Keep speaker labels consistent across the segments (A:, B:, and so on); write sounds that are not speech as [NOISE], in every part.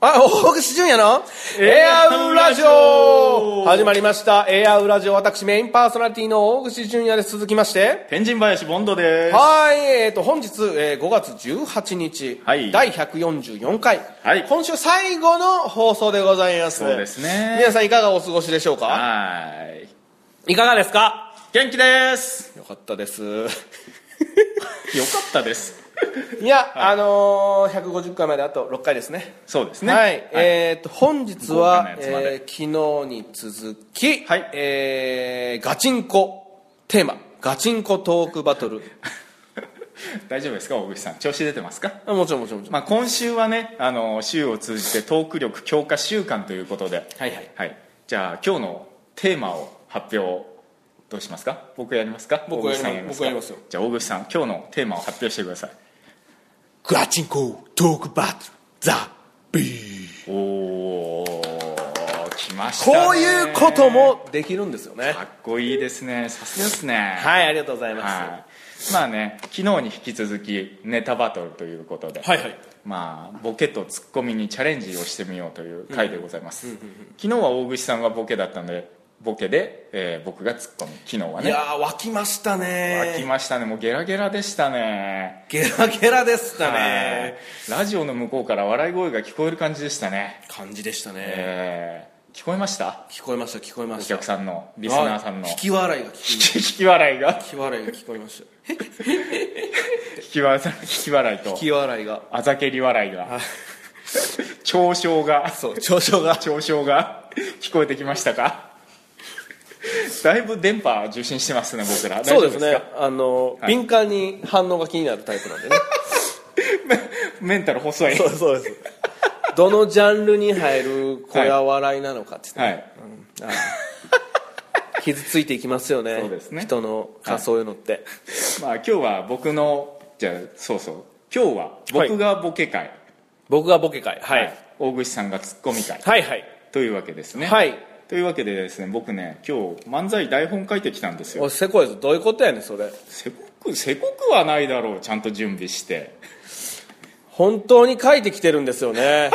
A: あ、大口淳也のエアウラジオ始まりました。エアウラジオ。私メインパーソナリティの大口淳也です。続きまして。
B: 天神林ボンドです。
A: はい、えーと、本日、えー5月18日、
B: はい
A: 第144回、
B: はい
A: 今週最後の放送でございます。
B: そうですね
A: 皆さんいかがお過ごしでしょうか
B: はーい。
A: いかがですか
B: 元気です。
A: よかったです。
B: よかったです。
A: いや、あのー、150回まであと6回ですね。
B: そうですね。
A: はい、えー、と本日
B: 豪華な
A: は
B: や、つまで
A: えー昨日に続き、
B: はい
A: えーガチンコテーマガチンコトークバトル
B: 大丈夫ですか、大口さん。調子出てますか
A: あもちろんもちろんもちろん、
B: まあ今週はね、あの、週を通じてトーク力強化週間ということで。
A: はいはい。
B: じゃあ今日のテーマを発表、どうしますか僕やりますか
A: 僕やります
B: 大口さんか
A: 僕やりますよ
B: じゃあ大口さん、今日のテーマを発表してください。
A: ガチンコトークバトルザ・ビー
B: おー、来ました、ね。
A: こういうこと。もできるんですよね
B: かっこいいですね。さすがですね。
A: はいありがとうございます、
B: はい、まあね昨日に引き続きネタバトルということで、
A: はいはい、
B: まあボケとツッコミにチャレンジをしてみようという回でございます、昨日は大口さんがボケだったのでボケで、えー僕がツッコミ昨日はいね
A: やー沸きましたね
B: 飽きましたねもうゲラゲラでしたね
A: ゲラゲラでした
B: は
A: ね
B: いラジオの向こうから笑い声が聞こえる感じでしたね、
A: 感じでしたね、
B: えー聞こえました
A: 聞こえました聞こえま
B: お
A: した
B: 客さんのリスナーさん
A: は
B: の
A: い
B: 引
A: 引き笑いが聞こえまし
B: き引き笑いが
A: た引き笑いが聞こえました
B: [LAUGHS] 引き笑い引き笑いと
A: 引き笑いが
B: あざけり笑いが嘲笑が
A: そう嘲笑が
B: 嘲笑が聞こえてきましたかだいぶ電波受信してますね僕ら
A: そうです
B: 大丈
A: ねあの、
B: はい
A: 敏感に反応が気になるタイプ
B: [LAUGHS]
A: なんでね
B: 夫ですかメンタル細い
A: そうそうですどのジャンルに入る小や笑いなのかって、
B: はい
A: 傷ついていきますよね
B: そうですね
A: 人の仮想いうのって、
B: まあ今日は僕のじゃあそうそう今日は僕がボケ会、
A: 僕がボケ会はい、
B: 大口さんがツッコミ会
A: はいはい
B: というわけですね
A: はい
B: というわけでですね僕ね今日漫才台本書いてきたんです
A: お
B: よ
A: いせこいぞどういうことやねんそれ
B: せこくせこくはないだろうちゃんと準備して
A: 本当に書いてきてるんですよ
B: [LAUGHS]
A: ね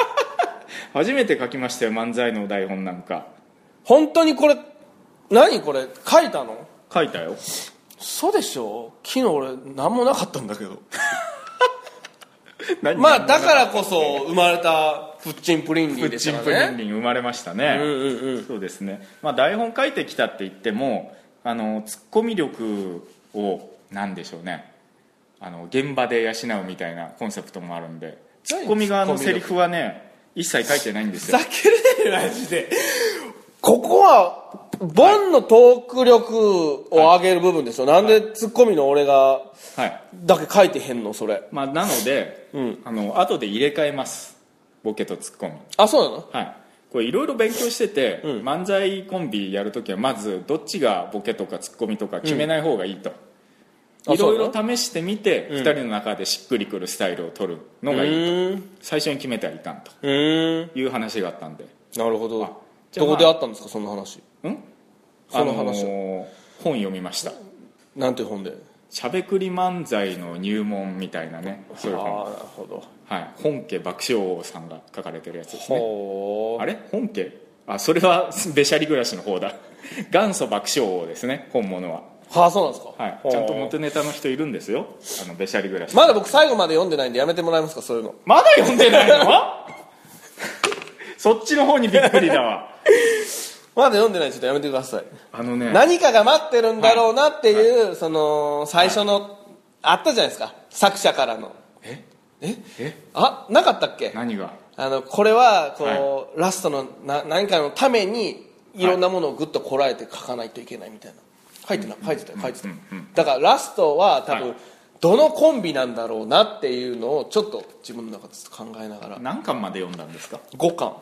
B: 初めて書きましたよ漫才の台本なんか
A: 本当にこれ何これ書いたの
B: 書いたよ
A: 嘘でしょ昨日俺何もなかったんだけど
B: 何
A: まあだからこそ生まれたプッチンプリンリ
B: プ
A: ンで
B: ッ
A: し
B: チ
A: た
B: ン
A: か
B: プ
A: ら
B: リ
A: ね
B: ンリン生まれましたね、そうですね、まあ、台本書いてきたって言ってもあのツッコミ力をなんでしょうねあの現場で養うみたいなコンセプトもあるんでツッコミ側のセリフはね一切書いてないんですよ
A: ざけるねマジでここはボンのトーク力を上げる部分でしょ、なんでツッコミの俺が
B: はい、
A: だけ書いてへんのそれ
B: まあ、なので、
A: ん
B: あの後で入れ替えますボケとツッコミ
A: あそうなの
B: はいこれいろいろ勉強してて、漫才コンビやるときはまずどっちがボケとかツッコミとか決めない方がいいと、
A: あ
B: いろい
A: そ
B: ろ
A: うな
B: 試してみて、二人の中でしっくりくるスタイルを取るのが
A: う
B: いいと
A: ーん
B: 最初に決めてはいかんと
A: うーん
B: いう話があったんで
A: なるほど、
B: じゃあ
A: ど
B: ま
A: こ
B: あ
A: であったんですかそんな話
B: うん
A: その話を
B: あのー本読みました
A: なんていう本で
B: 「しゃべくり漫才の入門」みたいなねそういう
A: ああ
B: 本、
A: なるほど
B: はい、本家爆笑王さんが書かれてるやつですね
A: ほ
B: あれ本家あそれは [LAUGHS] べしゃり暮らしの方だ [LAUGHS] 元祖爆笑王ですね本物は
A: うはあそうなんですか
B: はい
A: ほう
B: ちゃんと元ネタの人いるんですよあのべしゃり暮らし
A: まだ僕最後まで読んでないんでやめてもらえますかそういうの
B: まだ読んでないの [LAUGHS] そっちの方にびっくりだわ
A: まだ読んでないんでちょっとやめてください
B: あのね
A: 何かが待ってるんだろうなっていう、その最初の、あったじゃないですか作者からの
B: え
A: え
B: え
A: あなかったっけ
B: 何が
A: あのこれはこう、ラストのな何かのためにいろんなものをぐっとこらえて書かないといけないみたいな書いてた書いてた書いてた、だからラストは多分、
B: はい
A: どのコンビなんだろうなっていうのをちょっと自分の中でちょっと考えながら
B: 何巻まで読んだんですか
A: 5巻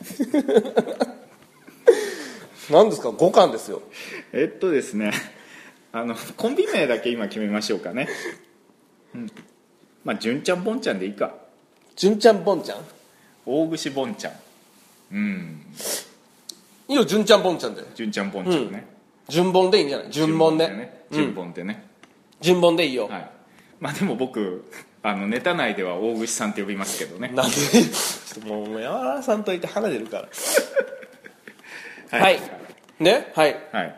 A: [LAUGHS] 何ですか5巻ですよ
B: えっとですね [LAUGHS] あのコンビ名だけ今決めましょうかねうんまあ純ちゃんぼんちゃんでいいか
A: 純ちゃんぼんちゃん
B: 大串ぼんちゃんうん
A: いいよ純ちゃんぼんちゃんで
B: 純ちゃんぼんちゃんね、
A: 純本でいいんじゃない純本で
B: 純本でね純本でね、
A: 純本でいいよ、
B: はいまあでも僕あのネタ内では大串さんって呼びますけどね
A: なんでちょっともうもう山田さんといて離れるからはい、ねはい
B: はい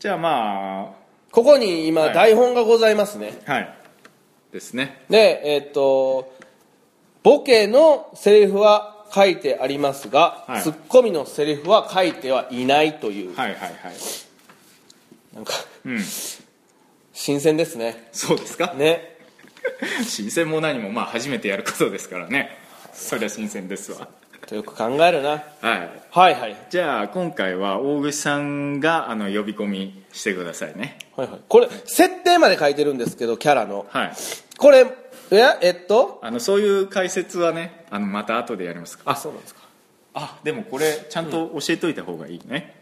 B: じゃあま
A: ここに今
B: はい
A: 台本がございますね、
B: あはいですね
A: でえーっとボケのセリフは書いてありますが、
B: はい
A: ツッコミのセリフは書いてはいないという、
B: はいはいはい
A: なんか
B: うん
A: 新鮮ですね
B: そうですか
A: ね
B: 新鮮も何もまあ初めてやることですからねそりゃ新鮮ですわ
A: よく考えるな
B: はい
A: はいはい
B: じゃあ今回は大串さんがあの呼び込みしてくださいね
A: はいはいこれ設定まで書いてるんですけどキャラの
B: はい
A: これいやえっと
B: あのそういう解説はねあのまた後でやりますか
A: あそうなんですか
B: あでもこれちゃんと教えといた方がいいね、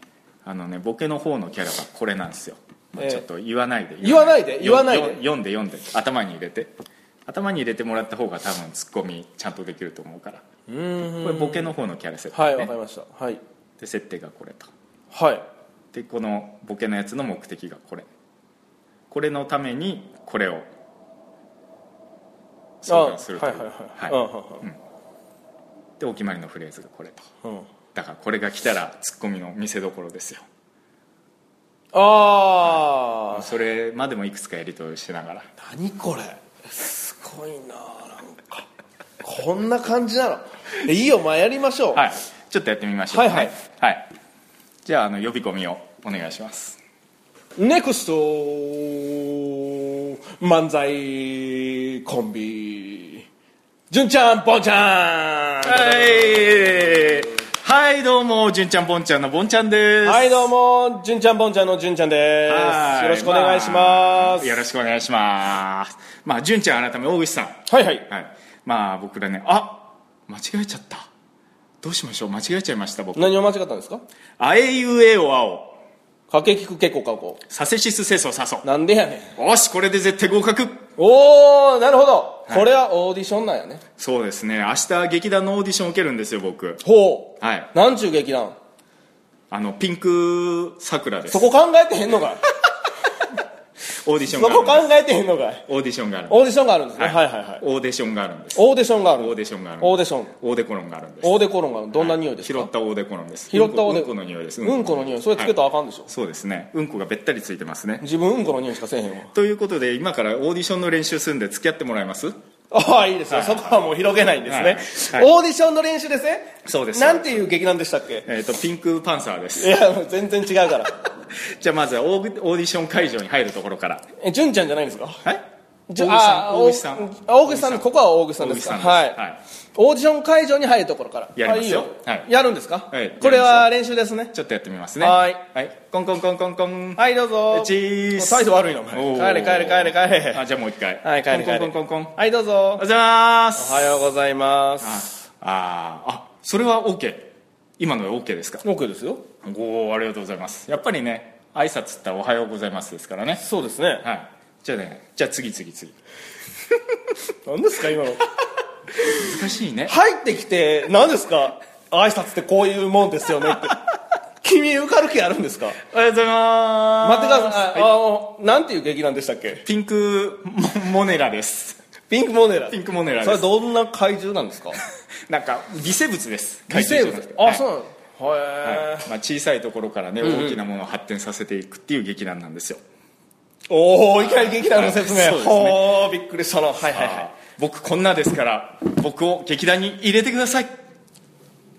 B: あのねボケの方のキャラはこれなんですよ、まあ
A: ええ
B: ちょっと言わないで
A: 言わないで言わないで
B: よよ読んで読んで頭に入れて頭に入れてもらった方が多分ツッコミちゃんとできると思うから
A: うーん
B: これボケの方のキャラ設定、
A: は
B: ね
A: いわかりましたはい
B: で設定がこれと
A: はい
B: でこのボケのやつの目的がこれこれのためにこれを相談すると
A: あ
B: い
A: はい
B: う
A: はいはい
B: はいでお決まりのフレーズがこれと
A: うんうんうん
B: だからこれが来たらツッコミの見せどころですよ
A: ああ
B: それまでもいくつかやり取りしながら
A: 何これすごいななんかこんな感じなのえいいよまあやりましょう
B: はいちょっとやってみましょう、ね、
A: はいはい
B: はいじゃああの呼び込みをお願いします
A: ネクスト漫才コンビ純ちゃんぽんちゃん
B: はいはいどうも純ちゃんぼんちゃんのぼんちゃんです
A: はいどうも純ちゃんぽんちゃんの純ちゃんです
B: はい
A: よろしくお願いします、
B: あよろしくお願いしますまあ純ちゃん改め大口さん
A: はいはい
B: はいまあ僕らねあ間違えちゃったどうしましょう間違えちゃいました僕
A: 何を間違ったんですか
B: あえいうえおあお
A: かけきくけこかこ
B: させしすせそさそ
A: なんでやねん
B: よしこれで絶対合格
A: おおなるほど、これはオーディションなんやね
B: そうですね明日劇団のオーディション受けるんですよ僕
A: ほう
B: はい
A: なんちゅう劇団
B: あのピンク桜です
A: そこ考えてへんの
B: [LAUGHS]
A: かい
B: オーディション
A: そ
B: がある
A: こ
B: ん
A: 考
B: です
A: えてへんのかい
B: オーディションがあるんで
A: オーディションがあるんですね、
B: す
A: はい、はいはい
B: オーディションがあるんです
A: オーディションがある
B: オーディションがあるん
A: オー
B: です
A: ディション
B: オーデコロンがあるんです
A: オーデコロンがどんな匂いですか、
B: 拾ったオーデコロンです
A: 拾ったオーデ
B: うんこうんこの匂いです
A: うんこの匂いそれつけたら
B: は
A: あかんでしょ、
B: いそうですねうんこがべったりついてますね
A: 自分うんこの匂いしかせえへんわ
B: ということで今からオーディションの練習するんで付き合ってもらえます
A: ああいいですね、そこはもう広げないんですね、
B: はいは
A: オーディションの練習ですね
B: そうです
A: なんていう劇団でしたっけ
B: えっ、とピンクパンサーで
A: い
B: す
A: やもう全然違う
B: [LAUGHS]
A: から
B: じゃあまずはオーディション会場に入るところから
A: え純ちゃんじゃないんですか
B: はい
A: じゃあ
B: 大口さん大口さん
A: あ大口さんここは大口さんですか
B: 大口さんです
A: はい、
B: はい
A: オーディション会場に入るところから
B: やりますよ
A: あいい
B: はい
A: やるんですか、
B: はい
A: これは練習ですね
B: ちょっとやってみますね
A: はい
B: コンコンコンコンコン
A: はいどうぞ
B: チーズ
A: 態度悪いなお前
B: おー
A: 帰れ帰れ帰れ帰れ
B: あじゃあもう一回
A: はい帰れ帰れ
B: コンコンコンコンコン
A: はいどうぞ
B: おはようございます
A: おはようございま
B: あ
A: す
B: あーあそれは OK 今のは OK ですか
A: OK ですよ
B: おおありがとうございますやっぱりね挨拶ったら「おはようございます」ですからね
A: そうですね
B: はいじゃあねじゃあ次次次
A: 何ですか今の
B: 難しいね
A: 入ってきて何ですか挨拶ってこういうもんですよねって君受かる気あるんですか
B: おはようございます
A: 待ってください、
B: は
A: ああのなんていう劇団でしたっけ
B: ピンクモモネラです
A: ピンクモネラ
B: ピンクモネラ
A: それ
B: で
A: は
B: す
A: どんな怪獣なんですか
B: なんか微生物です
A: 微生
B: 怪獣じゃな
A: 物
B: く
A: あ
B: てはい
A: そうなの
B: は
A: へ
B: いまあ、小さいところからね大きなものを発展させていくっていう劇団なんですよ、
A: えおおいきなり劇団の説
B: は
A: 明
B: いそうです
A: ほうびっくりしたなはいはいは
B: 僕こんなですから僕を劇団に入れてください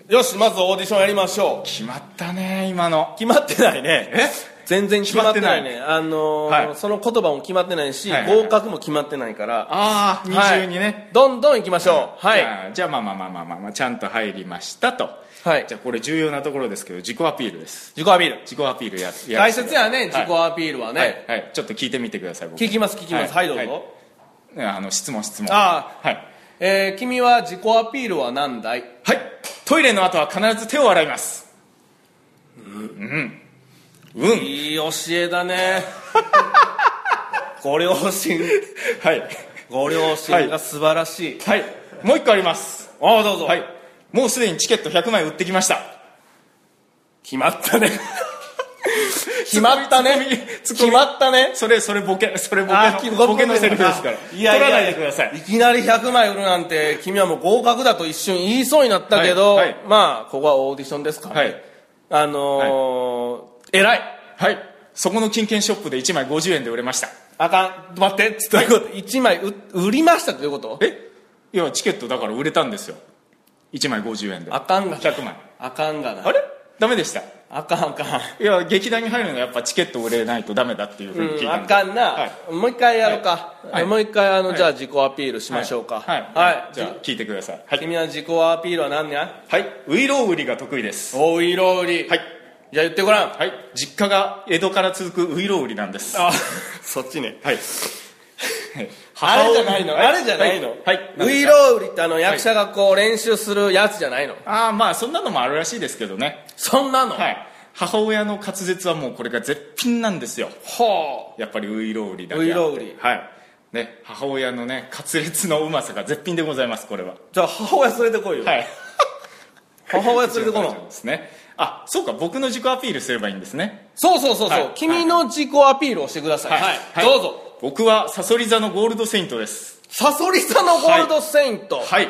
A: いよしまずオーディションやりましょう
B: 決まったね今の
A: 決まってないね
B: え
A: 全然決まってないね
B: 決
A: あのー
B: はい
A: その言葉も決まってないし、
B: はいはいはい
A: 合格も決まってないから
B: ああ
A: はい
B: 22ね、
A: どんどん行きましょうはい
B: じゃあじゃあまあまあまあまあまあ、まあ、ちゃんと入りましたと
A: はい
B: じゃあこれ重要なところですけど自己アピールです
A: 自己アピール
B: 自己アピールやや
A: 大切やね
B: は
A: 自
B: い
A: 己アピールはね、
B: はい、はい、ちょっと聞いてみてください僕
A: 聞きます聞きますはい、どうぞ、
B: はいあの質問質問
A: あ
B: はい
A: えー君は自己アピールは何だい
B: はいトイレの後は必ず手を洗いますうんうん
A: いい教えだ [LAUGHS] ねご両親
B: はい
A: ご両親が素晴らしい、
B: はいもう一個あります
A: ああどうぞ、
B: はいもうすでにチケット100枚売ってきました
A: 決まったね決まったね
B: ツッ
A: 決
B: コミ
A: まったね
B: [LAUGHS] それそれボケそれボ
A: あ
B: ケのボケのセリフですから
A: いやいや
B: 取らないでください
A: いきなり100枚売るなんて君はもう合格だと一瞬言いそうになったけど、
B: はいはい
A: まあここはオーディションですから、
B: はい
A: あのー偉い
B: はいそこの金券ショップで1枚50円で売れました
A: あかん待ってどういうこと1枚う売りましたってどういうこと
B: えいやチケットだから売れたんですよ1枚50円で
A: あかんがな
B: 100枚
A: あかんがな
B: あれダメでした
A: あかんあかん
B: いや劇団に入るのはやっぱチケット売れないとダメだっていうふうに聞
A: [LAUGHS] うん
B: いた
A: あ
B: んで
A: かんな、
B: はい
A: もう一回やろうか、
B: はい
A: もう一回あの、
B: はい
A: じゃあ自己アピールしましょうか
B: はい、
A: はい
B: じゃあ聞いてくださいは
A: じ
B: い、
A: 君は自己アピールは何や
B: はい、ウイロウ売りが得意です
A: おう色売り、
B: はい
A: じゃあ言ってごらん
B: はい実家が江戸から続くウイロウ売りなんです
A: あ [LAUGHS] そっちね
B: はい
A: あれじゃないの
B: はい
A: あれじゃないの、
B: はい、
A: ウイロウリってあの役者がこう練習するやつじゃないの、
B: ああまあそんなのもあるらしいですけどね
A: そんなの、
B: はい母親の滑舌はもうこれが絶品なんですよ
A: ほ
B: やっぱりウイロウリだけあって
A: ウイロウリ
B: はいね母親のね滑舌のうまさが絶品でございますこれは
A: うじゃあ母親連れてこいよ、
B: はい
A: 母親連れてこ
B: そう
A: の
B: ですねあそうか僕の自己アピールすればいいんですね
A: そうそうそうそう、
B: はい
A: 君の自己アピールをしてください、はいどうぞ
B: 僕はサソリ座のゴールドセイントです
A: サソリ座のゴールドセイント、
B: はい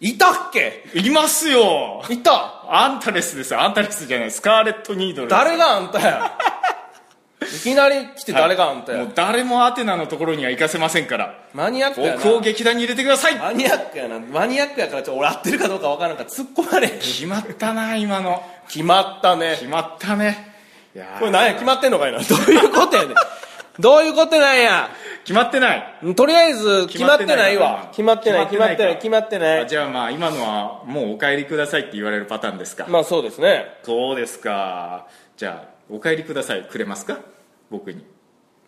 A: い、たっけ
B: いますよ
A: いた
B: アンタレスですアンタレスじゃないスカーレット・ニードルです
A: 誰があんた [LAUGHS] やいきなり来て誰があんたや、
B: もう誰もアテナのところには行かせませんから
A: マニアックやな
B: 僕を劇団に入れてください
A: マニアックやなマニアックやからちょっと俺合ってるかどうかわからんから突っ込まれへん
B: 決まったな今の
A: 決まったね
B: 決まったねいやー
A: これなんや決まってんのかいなどういうことやねん [LAUGHS] どういうことなんや
B: 決まってない
A: とりあえず決まってないわ決
B: 決
A: ま
B: ま
A: っ
B: ってて
A: な
B: ないい
A: 決まってない決まってな
B: あ
A: い
B: じゃあまあ今のはもうお帰りくださいって言われるパターンですか、
A: まあそうですね
B: そうですかじゃあお帰りくださいくれますか僕に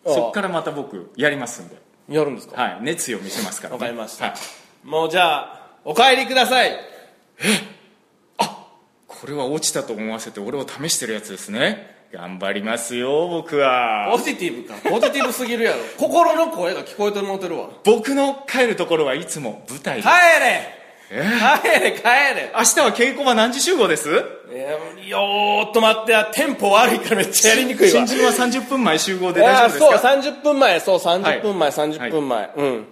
A: ああ
B: そっからまた僕やりますんで
A: やるんですか
B: はい熱意を見せますから、ね、
A: わかりました
B: はい
A: もうじゃあお帰りください
B: これは落ちたと思わせて俺を試してるやつですね頑張りますよ僕は
A: ポジティブかポジティブすぎるやろ [LAUGHS] 心の声が聞こえてもうてるわ
B: 僕の帰るところはいつも舞台
A: 帰
B: で
A: れ帰れ帰れ
B: 明日は稽古場何時集合です
A: いやよーっと待ってやテンポ悪いからめっちゃやりにくいわ
B: 新人は30分前集合
A: あ
B: で大
A: あ
B: 丈夫
A: そう
B: ですか
A: 30分前そう30分前、
B: はい
A: 30分前、うん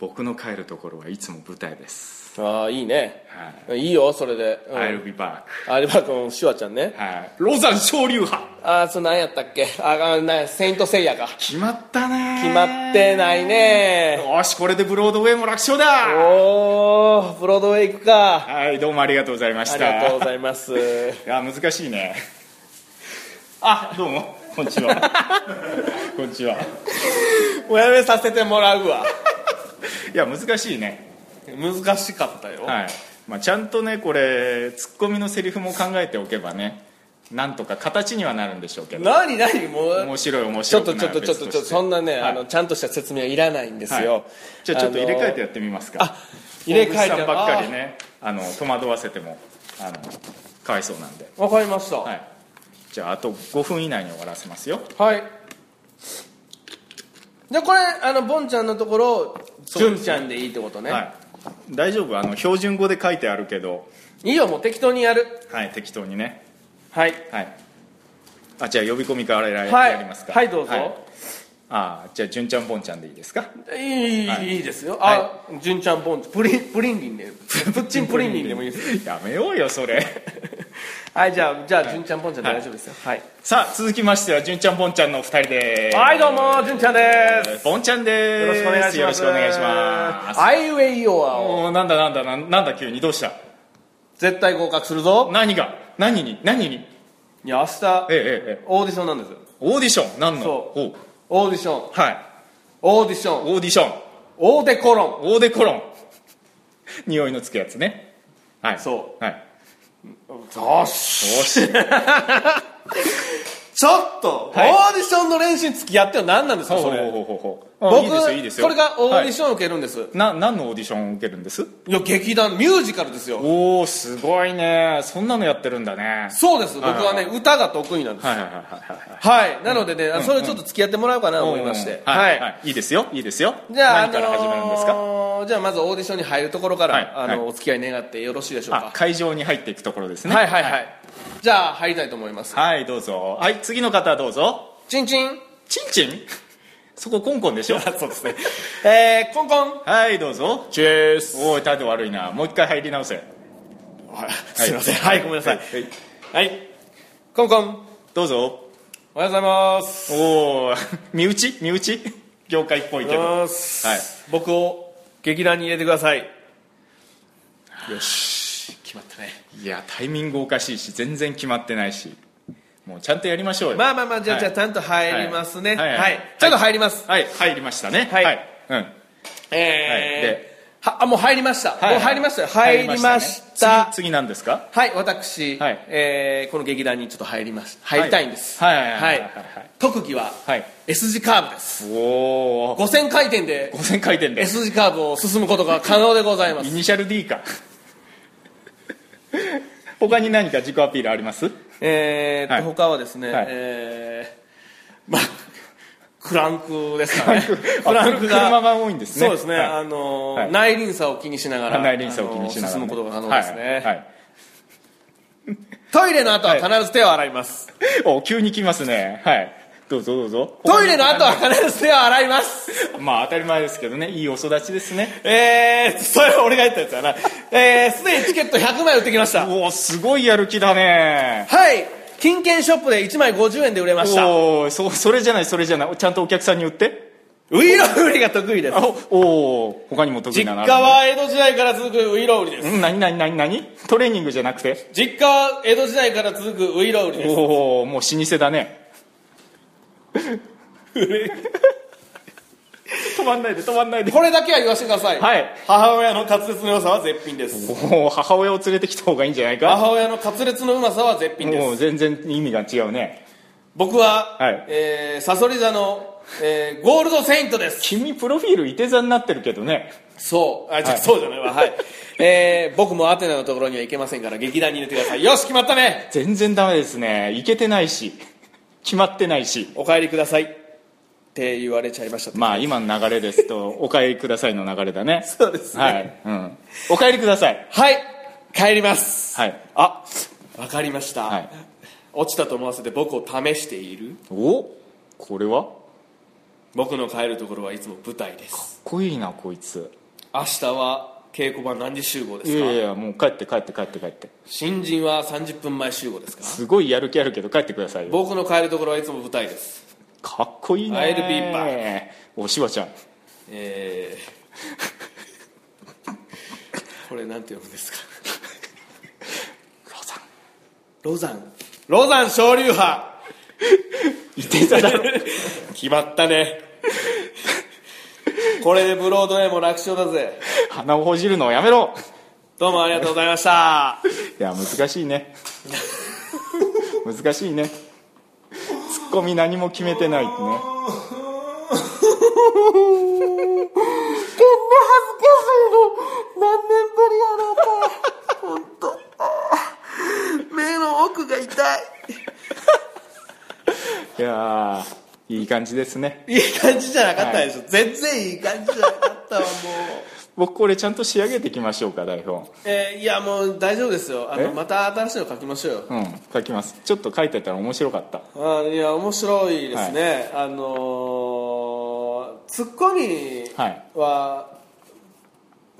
B: 僕の帰るところはいつも舞台です、
A: ああいいね、、
B: はい
A: いよそれで、うん、
B: I'll be back
A: あれはこのシュワちゃんね
B: はいロザン昇竜派
A: ああそれ何やったっけああなセイントセイヤか
B: 決まったね
A: 決まってないね
B: よしこれでブロードウェイも楽勝だ
A: おおブロードウェイ行くか
B: はいどうもありがとうございまし
A: あり
B: た
A: がとうございます
B: いや難しいねあどうもこんに
A: [LAUGHS]
B: ちはこんにちは
A: おやめさせてもらうわ
B: いや難しいね
A: 難しかったよ、
B: はい、まあ、ちゃんとねこれツッコミのセリフも考えておけばねなんとか形にはなるんでしょうけど
A: 何何もう
B: 面白い面
A: ちょ
B: 白
A: っ
B: くな
A: と
B: い
A: ちょっとちょっとちょっとそんなね、あのちゃんとした説明はいらないんですよ、
B: じゃあちょっと入れ替えて
A: あの
B: やってみますか
A: あ入れ替えて
B: 大口さんばっかりねあの戸惑わせてもあのかわいそうなんで、
A: わかりました
B: はい、じゃああと5分以内に終わらせますよ
A: はいでこれあのボンちゃんのところ純ちゃんでいいってことね、
B: はい、大丈夫あの標準語で書いてあるけど、
A: い、いよもう適当にやる
B: はい、適当にね、
A: はい
B: はい、あじゃあ呼び込みからや,、
A: はい
B: やりますか
A: はいどうぞ、
B: あじゃあ純ちゃんぼんちゃんでいいですか
A: いい,、
B: はい
A: い、いですよ、
B: は
A: あ純ちゃんボンプリンプリンリン
B: [LAUGHS]
A: でプッチンプリンリンでもいいです
B: やめようよそれ
A: はいじゃあじゃあ純ちゃんボンちゃんで
B: はい
A: 大丈夫ですよはい、
B: さあ続きましては純ちゃんぼんちゃんのお二人で
A: はい、どうも純ちゃんです
B: ぼんちゃんです
A: よろしくお願いします
B: よろしくお願いします
A: アイウェイヨアを
B: おーなんだなんだなんなんだ急にどうした
A: 絶対合格するぞ
B: 何が何に何に
A: いや明日
B: ええええええ
A: オーディションなんですよ
B: オーディション何の
A: そう
B: おう
A: オーディション
B: はい
A: オーディション
B: オーディション
A: オーデコロン
B: オーデコロン [LAUGHS] 匂いのつくやつねはい
A: そう
B: はい
A: よし [LAUGHS]
B: おし
A: ちょっと、
B: はい
A: オーディションの練習に付き合っては何なんですか
B: ほう
A: そ
B: ほう
A: れ
B: ほうほうほうあいい
A: 僕
B: ですよいいですよ
A: これがオーディ
B: ョ
A: ションを受けるんです、い、
B: ン、はいな何のオーディションを受けるんです
A: や劇団ミュージカルですよ
B: おおすごいねそんなのやってるんだね
A: そうです僕
B: はい
A: はね歌が得意なんです
B: はいはいは
A: は
B: い
A: いなのでね、それちょっと付き合ってもらおうかなと
B: はい
A: 思いまして
B: うん
A: はい、
B: はい、いいですよいいですよ
A: じゃあ、あ
B: 何から始めるんですか、
A: のーじゃあまずオーディションに入るところから、
B: はい
A: あの
B: はい
A: お付き合い願ってよろしいでしょう
B: あ
A: か
B: 会場に入っていくところですね
A: はいはいはい、じゃあ入りたいと思います
B: はいどうぞはい次の方どうぞ
A: チンチン
B: チンチン [LAUGHS] そこコンコンで
A: [LAUGHS]
B: しょそうですね
A: えー、コンコン
B: はいどうぞ
A: チェース
B: おお態度悪いなもう一回入り直せ
A: すいません [LAUGHS] はいごめんなさい
B: はい
A: はいコンコン
B: どうぞ
A: おはようございます
B: おお [LAUGHS] 身内身内業界っぽいけどはい
A: 僕を劇団に入れてくださいよし決まったね
B: いやタイミングおかしいし全然決まってないしもうちゃんとやりましょうよ
A: まあまあまあじゃあ、
B: はい
A: じゃあちゃんと入りますね
B: は
A: はいい、
B: はい
A: ちゃんと入ります、
B: はい入りましたね
A: はい
B: うん
A: えーはあもう入りました、
B: はい
A: もう入りましたよ入りまし
B: ね
A: た
B: 次次なんですか
A: はい私、
B: はい
A: えーこの劇団にちょっと入りました入りたいんです
B: はいはいはいはいはい
A: 特技は
B: はい
A: S 字カーブです
B: おお
A: 5000回転で
B: 5000回転で
A: S 字カーブを進むことが可能でございま
B: イ
A: す
B: ニシャル D か [LAUGHS] 他に何か自己アピールあり
A: [LAUGHS]
B: ます
A: えーっと、
B: はい
A: 他はですね、
B: はい
A: えーまあクランクですかね
B: あ車が多いんですね
A: そうですね、
B: はい
A: あのー
B: はい
A: 内輪差を気にしながら
B: 内輪差を気にしながら
A: あのー進
B: ね
A: むことが可能ですね、
B: はいはい
A: トイレの後は必ず手を洗います、
B: お急に来ますねはいどうぞどうぞ
A: トイレの後は必ず手を洗います
B: まあ当たり前ですけどねいいお育ちですね
A: えー、それ俺が言ったやつやなえー、すでにチケット100枚売ってきました
B: おおすごいやる気だね
A: はい金券ショップで1枚50円で売れました
B: おおそそれじゃないそれじゃないちゃんとお客さんに売って
A: ウイロ売りが得意です
B: あおお他にも得意
A: 実
B: な
A: 家
B: な
A: は江戸時代から続くウイロ売りです
B: うん何何何何トレーニングじゃなくて
A: 実家は江戸時代から続くウイロ売りです
B: おおもう老舗だね [LAUGHS] 止まんないで止まんないで
A: これだけは言わせてください、
B: はい
A: 母親の滑舌の良さは絶品です
B: おお母親を連れてきた方がいいんじゃないか
A: 母親の滑舌のうまさは絶品で
B: もう
A: す
B: 全然意味が違うね
A: 僕は、
B: はい
A: えー、サソリ座の、えー、ゴールドセイントです
B: 君プロフィールいて座になってるけどね
A: そうあ、じゃ
B: はい
A: そうじゃないわはい、えー、僕もアテナのところには行けませんから劇団に入れてくださいよし決まったね
B: 全然ダメですねいけてないし決まってないし
A: お帰りくださいって言われちゃいました
B: まあ今の流れです [LAUGHS] と「お帰りください」の流れだね
A: そうですね
B: はい、うん、お帰りください
A: はい帰ります
B: はいあ
A: わかりました、
B: はい
A: 落ちたと思わせて僕を試している
B: おこれは
A: 僕の帰るところはいつも舞台です
B: 濃いなこいつ
A: 明日は稽古場何時集合です
B: い
A: か
B: やいやもう帰って帰って帰って帰って
A: 新人は30分前集合ですか
B: すごいやる気あるけど帰ってくださいよ
A: 僕の帰るところはいつも舞台です
B: かっこいいね
A: I'll be
B: おしばちゃん
A: え
B: [LAUGHS]
A: ー、これなんて読むんですかロザンロザン昇竜派
B: いて座だろ
A: 決まったねこれでブロードウェイも楽勝だぜ
B: 鼻をほじるのをやめろ
A: どうもありがとうございました
B: いや難しいね難しいねツッコミ何も決めてないってね
C: こんな恥ずかしいの何年ぶりやろうか本当あー目の奥が痛い
B: いやーいい感じですね
A: いい感じじゃなかったでしょ、全然いい
C: いい感じじゃなかったわも
B: 僕これちゃんと仕上げていきましょうか台本
A: えーいやもう大丈夫ですよあ
B: え
A: のまた新しいの書きましょうよ
B: うん書きますちょっと書いてたら面白かった
A: あいや面白いですね、あのーツッコミは、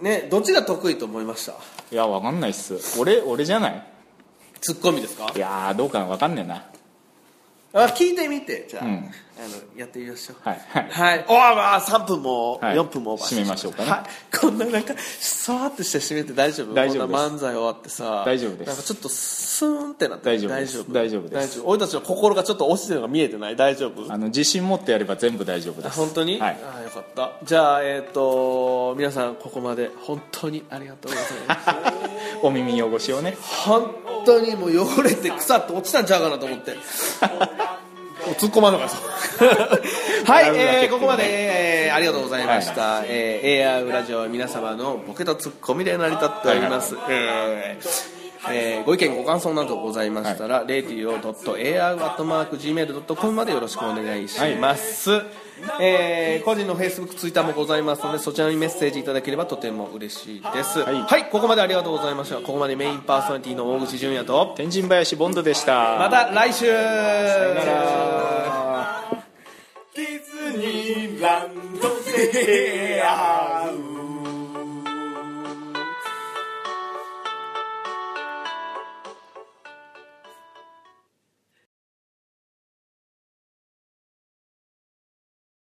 A: ねどっちが得意と思いました
B: いやわかんないっす俺俺じゃない
A: ツッコミですか
B: いやーどうかなわかんねえな
A: あ聞いてみてじゃあ,、
B: うん
A: あのやってみましょう
B: はいはい
A: はい、おーまあ3分も、
B: はい
A: 4分もオーバーして
B: 締めましょうかね
A: はい、こんななんかさーってして締めて大丈夫
B: 大丈夫
A: こんな
B: です
A: 漫才終わってさ
B: 大丈夫です
A: なんかちょっとスーンってなって
B: 大丈夫です大丈夫です
A: 大丈夫俺たちの心がちょっと落ちてるのが見えてない大丈夫
B: あの自信持ってやれば全部大丈夫です
A: 本当に、
B: はい
A: ああよかったじゃあえっ、と皆さんここまで本当にありがとうございます
B: お耳汚しをね
A: 本当にもう汚れて腐って落ちたんちゃうかなと思って
D: 突っ込まんのかそう
A: [LAUGHS] はい、
B: ラジオ
A: え
B: 結
A: ー、
B: 構
A: ここまで、えーありがとうございました、えー、AI ラジオは皆様のボケとツッコミで成り立っております、えーえーご意見ご感想などございましたら、radio.ar.gmail.com までよろしくお願いします、えー個人の FacebookTwitter もございますのでそちらにメッセージいただければとても嬉しいですはい、ここまでありがとうございましたここまでメインパーソナリティの大口純也と
B: 天神林ボンドでした
A: また来週
B: ディズニーランドで